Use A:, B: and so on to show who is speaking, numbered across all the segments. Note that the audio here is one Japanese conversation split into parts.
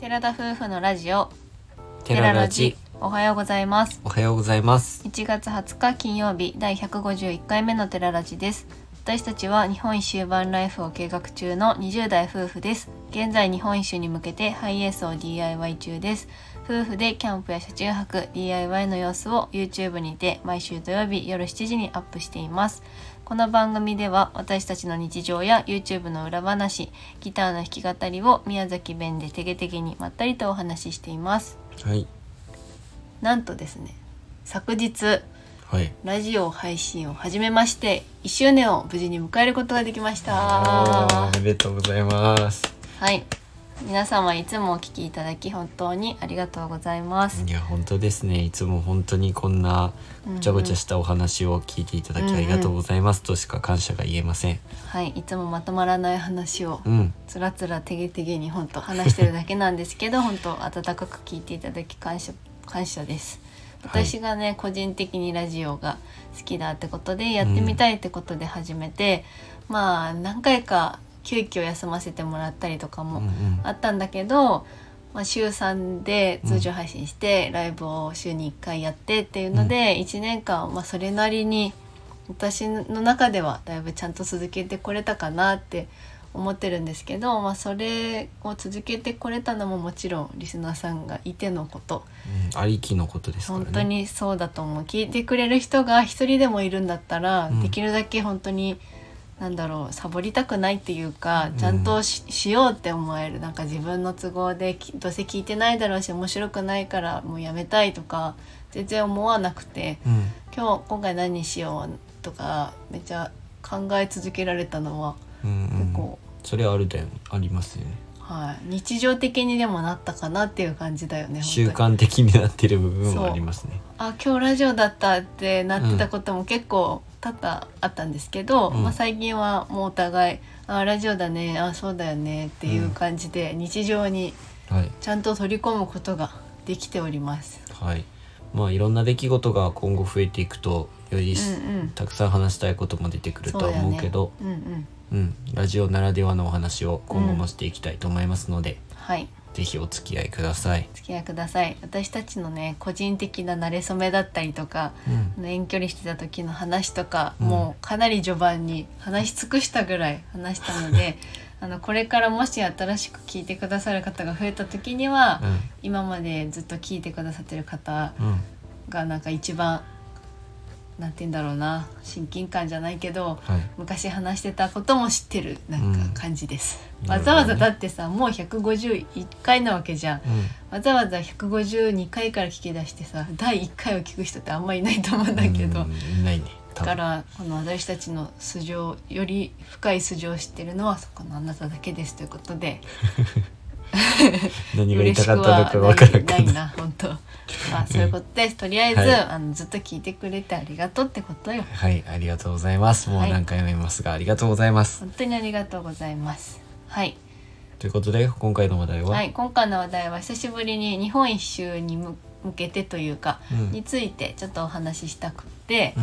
A: 寺田夫婦のラジオ
B: テララジ
A: おはようございます
B: おはようございます
A: 1月20日金曜日第151回目のテララジです私たちは日本一周版ライフを計画中の20代夫婦です現在日本一周に向けてハイエースを DIY 中です夫婦でキャンプや車中泊 DIY の様子を YouTube にて毎週土曜日夜7時にアップしていますこの番組では私たちの日常や YouTube の裏話ギターの弾き語りを宮崎弁でてげてげにまったりとお話ししています
B: はい
A: なんとですね昨日
B: はい
A: ラジオ配信を始めまして1周年を無事に迎えることができました
B: お
A: は
B: ーおめでとうございます
A: い皆様いつもお聞きいただき本当にありがとうございます
B: いや本当ですねいつも本当にこんなごちゃごちゃしたお話を聞いていただ
A: うんう
B: き
A: ん
B: ありがとうございますとしか感謝が言えません
A: はいいつもまとまらない話を
B: うん
A: つらつらてげてげに本当話してるだけなんですけど 本当温かく聞いていただき感謝感謝です
B: はい
A: 私がね、個人的にラジオが好きだってことでやってみたいってことで始めて、まあ何回か急遽休ませてもらったりとか
B: うん
A: も
B: うん
A: あったんだけど、まあ、週3で通常配信して、ライブを週に1回やってっていうので、1年間、まあ、それなりに私の中ではだいぶちゃんと続けてこれたかなって思ってるんですけど、まあ、それを続けてこれたのももちろんリスナーさんがいてのこと、
B: うんありきのことですからね
A: 本当にそうだと思う聞いてくれる人が一人でもいるんだったら、
B: うん
A: できるだけ本当になんだろうサボりたくないっていうか
B: うん
A: ちゃんとし,、しようって思えるなんか自分の都合できどうせ聞いてないだろうし面白くないからもうやめたいとか全然思わなくて
B: うん
A: 今日今回何にしようとかめっちゃ考え続けられたのは
B: うんう
A: 結
B: ん
A: 構、
B: それはあるだよありますよね
A: はい、日常的にでもなったかなっていう感じだよね本当に
B: 習慣的になってる部分はありますね
A: あ今日ラジオだったってなってたことも結構多々あったんですけど、
B: うん
A: まあ、最近はもうお互い「あラジオだねあそうだよね」っていう感じで日常に
B: はい
A: ちゃんと取り込むことができております。
B: はいまあいろんな出来事が今後増えていくとよりす、
A: うんうん
B: たくさん話したいことも出てくるとは思うけど
A: そうだよねうんうん、
B: うん、ラジオならではのお話を今後もしていきたいと思いますので、
A: はい
B: ぜひお付き合いください
A: お。付き合いください私たちのね個人的な馴れ初めだったりとか
B: うん、
A: 遠距離してた時の話とか、
B: うん
A: もうかなり序盤に話し尽くしたぐらい話したの であのこれからもし新しく聞いてくださる方が増えた時には、今までずっと聞いてくださってる方
B: うん、うん、
A: がなんか一番なんて言うんだろうな親近感じゃないけど
B: はい、
A: 昔話してたことも知ってるなん
B: うん
A: か感じです、
B: な
A: わ
B: るほど
A: ざ
B: ね
A: わざだってさもう151回なわけじゃんわざわざ152回から聞き出してさ第1回を聞く人ってあんまいないと思うん
B: うん、
A: だけど、
B: うんないね。多
A: だ
B: 分
A: からこの私たちの素性より深い素性を知ってるのはそこのあなただけですということで
B: 何が言い
A: 嬉
B: た
A: しく
B: かったの
A: は
B: かわからん
A: な
B: け
A: い
B: ど
A: な。いな本当まあそういうことですとりあえず、
B: はい
A: あのずっと聞いてくれてありがとうってことよ
B: はい、ありがとうございます。もう何回も言いますが、ありがとうございます。
A: 本当にありがとうございますはい、
B: ということで、今回の話題は、
A: はい、今回の話題は久しぶりに日本一周に向けてというか
B: うん、うん
A: に、ついてちょっとお話ししたくって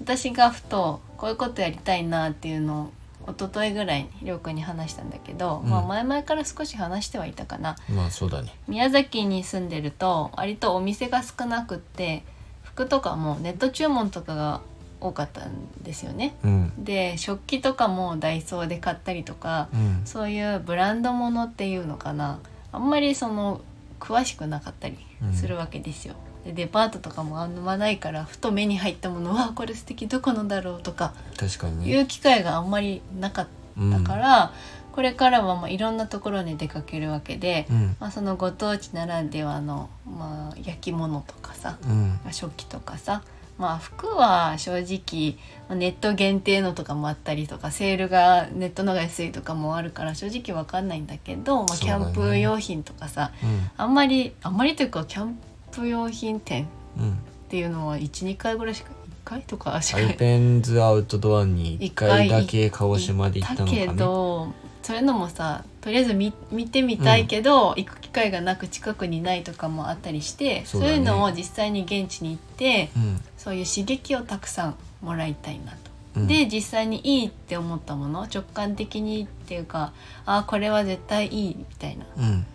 A: 私がふとこういうことやりたいなっていうのを一昨日ぐらいにりょうくんに話したんだけど、
B: うん
A: まあ前々から少し話してはいたかな
B: まあそうだね。
A: 宮崎に住んでると割とお店が少なくって服とかもネット注文とかが多かったんですよね
B: うん、
A: で食器とかもダイソーで買ったりとか
B: うん、
A: そういうブランドものっていうのかなあんまりその詳しくなかったりするわけですよ、でデパートとかもあんまないからふと目に入ったものはこれ素敵どこのだろうとか
B: 確かに
A: い
B: ね。
A: う機会があんまりなかっ
B: うん
A: たか、ら、これからはまあいろんなところに出かけるわけで、
B: うん、
A: まあ、そのご当地ならではの、まあ、焼き物とかさ
B: うん、
A: まあ食器とかさ、まあ、服は正直まあネット限定のとかもあったりとかセールがネットのが安いとかもあるから正直わかんないんだけど、まあ、
B: そ
A: キ
B: うだね
A: ャンプ用品とかさ、
B: うん、
A: あんまりあんまりというかキャンプ用品店
B: うん。
A: っていうのは12回ぐらいしか1回とかし
B: ア
A: か
B: ルペンズアウトドアに一回だけ鹿児島で行ったのかね。
A: だけどそういうのもさとりあえず見見てみたいけど、行く機会がなく近くにないとかもあったりしてそ,、
B: そううだね
A: いうのを実際に現地に行って
B: うん、
A: そういう刺激をたくさんもらいたいなと。
B: うん、
A: で実際にいいって思ったもの直感的にっていうかあーこれは絶対いいみたいな
B: うん、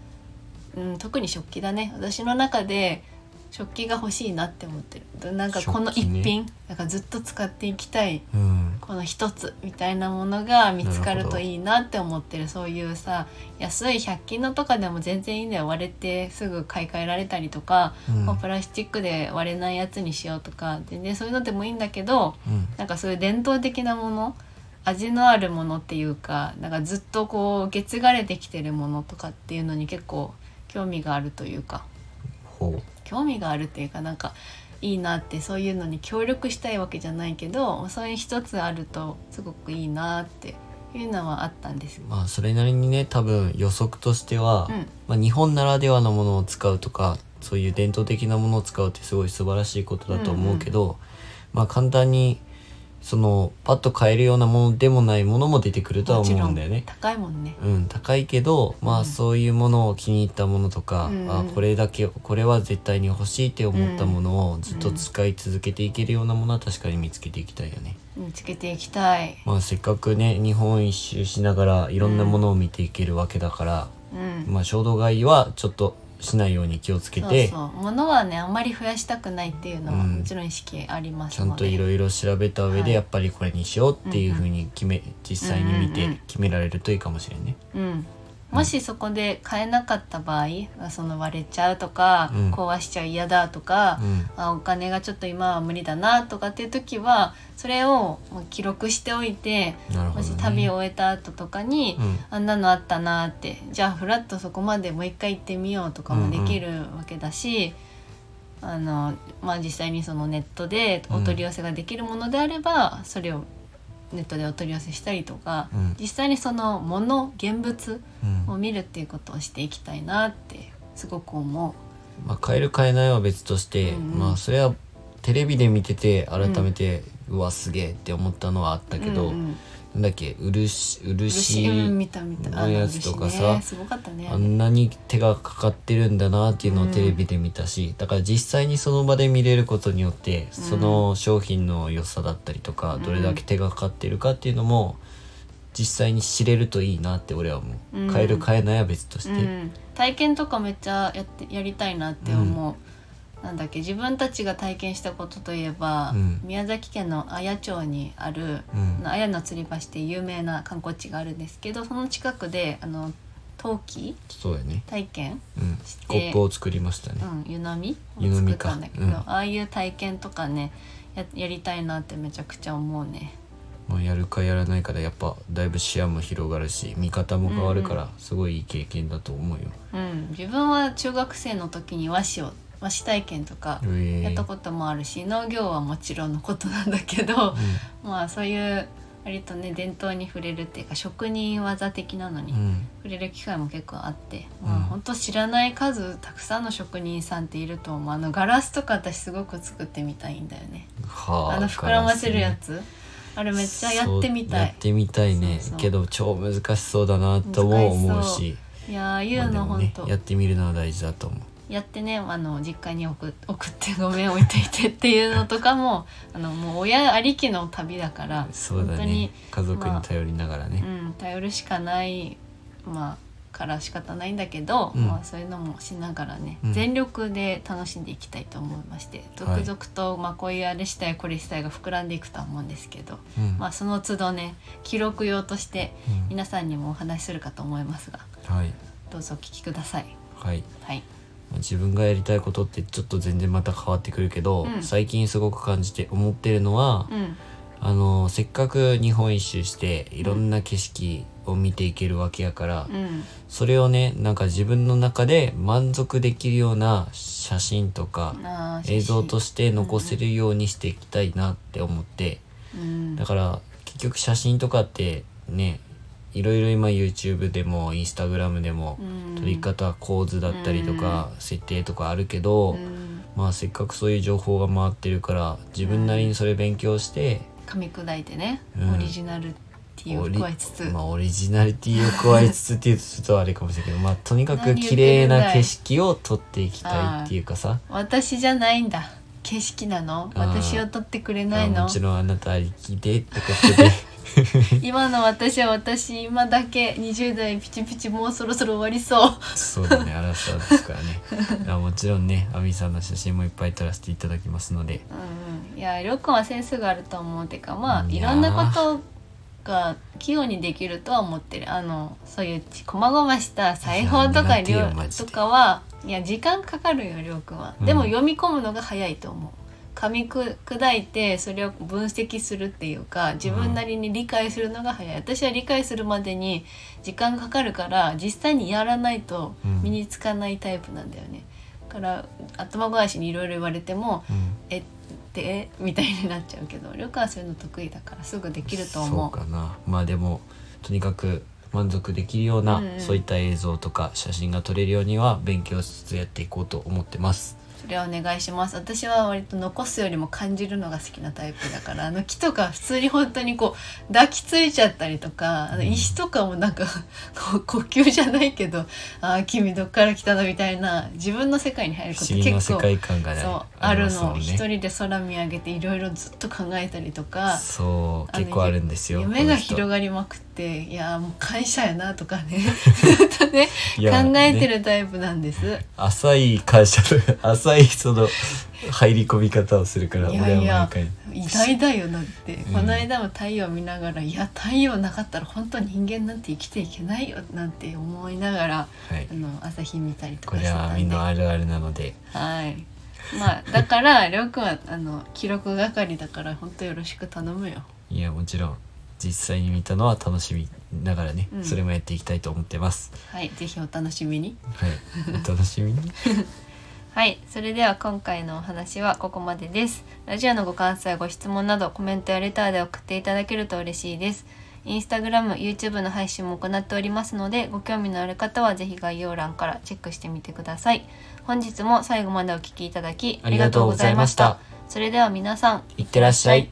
A: うん、特に食器だね私の中で食器が欲しいなって思ってるなんかこの一
B: 食器ね
A: 品、なんかずっと使っていきたい
B: うん
A: この一つみたいなものが見つか
B: なる
A: る
B: ほ
A: と
B: ど
A: いいなって思ってるそういうさ安い100均のとかでも全然いいんだよ割れてすぐ買い替えられたりとか、
B: うん
A: もうプラスチックで割れないやつにしようとか全然そういうのでもいいんだけど
B: うん
A: なんかそういう伝統的なもの味のあるものっていうかなんかずっとこう受け継がれてきてるものとかっていうのに結構興味があるというか
B: ほ
A: 興味があるっていうかなんかいいなってそういうのに協力したいわけじゃないけどそういう一つあるとすごくいいなっていうのはあったんです
B: う。まあそれなりにね多分予測としては、
A: うん
B: まあ、日本ならではのものを使うとかそういう伝統的なものを使うってすごい素晴らしいことだと思うけど、まあ簡単にそのパッと買えるようなものでもないものも出てくるとは
A: もち
B: 思
A: ろ
B: うん
A: ん
B: だよね。
A: 高いもんね。
B: うん、高いけど、
A: う
B: ま
A: ん
B: あそういうものを気に入ったものとか、
A: うん
B: あこれだけこれは絶対に欲しいって思ったものをずっと使い続けていけるようなものは確かに見つけていきたいよね。
A: 見つけていきたい。
B: まあせっかくね日本一周しながらいろんなものを見ていけるわけだから、
A: うん。
B: まあ衝動買いはちょっとしないように気をつけ
A: そう
B: て
A: そう。物はねあんまり増やしたくないっていうのは
B: うん
A: もちろん意識あります
B: ちゃん
A: の
B: と
A: で。
B: いろいろ調べた上
A: は
B: で
A: い
B: やっぱりこれにしようっていうふうに決め、実際に見
A: うんうんう
B: て
A: ん
B: 決められるといいかもしれんね。
A: うん、もしそこで買えなかった場合その割れちゃうとか、
B: うん
A: 壊しちゃ嫌だとか
B: う、ん
A: あお金がちょっと今は無理だなとかっていう時はそれをもう記録しておいて、
B: なるほ
A: も
B: ど、ね、
A: し旅を終えた後とかに、
B: うん
A: あんなのあったなってじゃあふらっとそこまでもう一回行ってみようとかもできるわけだし、あのまあ、実際にそのネットでお取り寄せができるものであれば、それをネットでお取り寄せしたりとか、
B: うん
A: 実際にそのもの現物
B: うん
A: を見るっていうことをしていきたいなってすごく思
B: まあ、買える買えないは別として、
A: うんうん
B: まあそれはテレビで見てて改めて、うわすげえって思ったのはあった
A: う。
B: けど、
A: うんうん
B: なんだっけ漆漆
A: 漆うん見た見たあ
B: の
A: の
B: やつとかさ
A: 漆ねすごかったね
B: あんなに手がかかってるんだなっていうのをテレビで見たし、だから実際にその場で見れることによってその商品の良さだったりとか、
A: うん
B: どれだけ手がかかってるかっていうのも実際に知れるといいなって俺は思う、
A: うん
B: 買える買えないは別として、
A: うん、体験とかめっちゃやってやりたいなって思う、なんだっけ自分たちが体験したことといえば、
B: うん
A: 宮崎県の綾町にある
B: うん
A: 綾の吊り橋って有名な観光地があるんですけどその近くであの陶器
B: そうやね、
A: 体験、
B: うん、
A: して
B: コップを作りましたね
A: う、ん、湯飲み
B: 湯
A: を
B: 飲
A: 作っ
B: みか
A: たんだけど、
B: うん
A: ああいう体験とかねややりたいなってめちゃくちゃ思うね。
B: まあ、やるかやらないかでやっぱだいぶ視野も広がるし見方も変わるからすごいいい経験だと思うよ、
A: うん、自分は中学生の時に和紙を和紙体験とか
B: ええ
A: やったこともあるし農業はもちろんのことなんだけど、まあそういう割とね伝統に触れるっていうか職人技的なのに
B: うんうん
A: 触れる機会も結構あって、
B: うん
A: まあ本当知らない数たくさんの職人さんっていると思うあのガラスとか私すごく作ってみたいんだよね
B: は
A: あの膨らませるやつあれめっちゃやってみ
B: そう
A: た
B: やっ
A: い
B: てみたいね
A: そうそう
B: けど超難しそうだなとも思うし
A: いやーああい
B: まあ
A: う
B: で
A: の
B: も
A: 本
B: ね
A: 当、
B: やってみるのは大事だと思う
A: やってねあの実家に送送ってごめん置いといてっていうのとかもあのもう親ありきの旅だから
B: そうだ
A: 本当に
B: ね、家族に頼りながらね、
A: うん、頼るしかない、まあ、から仕方ないんだけど、
B: うん
A: まあ、そういうのもしながらね、
B: うん
A: 全力で楽しんでいきたいと思いまして続々と、まあ、こういうあれしたいこれしたいが膨らんでいくとは思うんですけど、
B: うん
A: まあ、その都度ね記録用として
B: うん
A: 皆さんにもお話しするかと思いますが
B: はい
A: どうぞお聞きください。
B: はい
A: はい、
B: まあ自分がやりたいことってちょっと全然また変わってくるけど、
A: うん
B: 最近すごく感じて思ってるのは、
A: うん
B: あのせっかく日本一周していろんな景色を見ていけるわけやから、
A: うん
B: それをねなんか自分の中で満足できるような写真とか
A: あー
B: 映像として残せるようにしていきたいなって思って、
A: うん
B: だから結局写真とかってねいろいろ今 YouTube でも Instagram でも
A: うん
B: 撮り方構図だったりとか設定とかあるけど、
A: うん
B: まあせっかくそういう情報が回ってるから自分なりにそれ勉強して、
A: 噛み砕いてね、
B: うん
A: オリジナルティーを加えつつ、
B: まあ、オリジナリティを加えつつっていうとちょっとあれかもしれないけど、まあ、とにかく綺麗な景色を撮っていきたいっていうかさ
A: 私じゃないんだ景色なの
B: あー
A: 私を撮ってくれ
B: あ
A: ないの
B: もちろんあなたありきでってことで
A: 今の私は私今だけ20代ピチピチもうそろそろ終わりそう
B: そうだね、アラサーですから ね。あもちろんね、アミさんの写真もいっぱい撮らせていただきますので、
A: うんうんいやりょうくんはセンスがあると思うてかまあ
B: い
A: い
B: やー
A: ろんなことが器用にできるとは思ってるあのそういうち細々した裁縫とか
B: いや苦手
A: りょ
B: よ
A: う
B: マジで
A: とかはいや時間かかるよりょうくんは、でも
B: うん
A: 読み込むのが早いと思う噛みく砕いてそれを分析するっていうか自分なりに理解するのが早い、私は理解するまでに時間かかるから実際にやらないと
B: うん
A: 身につかないタイプなんだよね、だから頭ごなしにいろいろ言われても
B: うん、
A: えってみたいになっちゃうけど旅館はそういうの得意だからすぐできると思う
B: そうかな。まあでもとにかく満足できるような、
A: うんうん
B: そういった映像とか写真が撮れるようには勉強しつつやっていこうと思ってます。
A: それはお願いします私は割と残すよりも感じるのが好きなタイプだからあの木とか普通に本当にこう抱きついちゃったりとかあの
B: うん
A: 石とかもなんかこう呼吸じゃないけど「あー君どっから来たの?」みたいな自分の世界に入るこ
B: 不
A: と
B: 思議な
A: 結
B: 世
A: 構
B: 界観がね
A: そうあ
B: ありま
A: る
B: す
A: の
B: もん
A: 一
B: ね。
A: 人で空見上げていろいろずっと考えたりとか
B: そう
A: あの
B: 結構あるんですよ。
A: 夢が広
B: が
A: がりまくっていやーもう会社やなとか ねずっとね考えてるタイプなんです。
B: 浅い会社と 浅いその入り込み方をするから
A: いやいや
B: 俺は毎回
A: 偉大だよだって、
B: うん
A: この間も太陽見ながらいや太陽なかったら本当人間なんて生きていけないよなんて思いながら
B: はい
A: あの朝日見たりと
B: こ
A: かし
B: れ
A: て
B: は
A: た
B: み
A: ん
B: ん
A: で
B: なあるあるなので
A: はいまあだからりょうくんはあの記録係だから本当よろしく頼むよ
B: いやもちろん実際に見たのは楽しみながらね、
A: うん
B: それもやっていきたいと思ってます
A: はいぜひお楽しみに
B: はいお楽 しみに
A: はい、それでは今回のお話はここまでです。ラジオのご感想やご質問などコメントやレターで送っていただけると嬉しいです。インスタグラム、YouTube の配信も行っておりますので、ご興味のある方はぜひ概要欄からチェックしてみてください。本日も最後までお聞きいただきありがとうございました。
B: ありがとう
A: それでは皆さん、
B: いってらっしゃい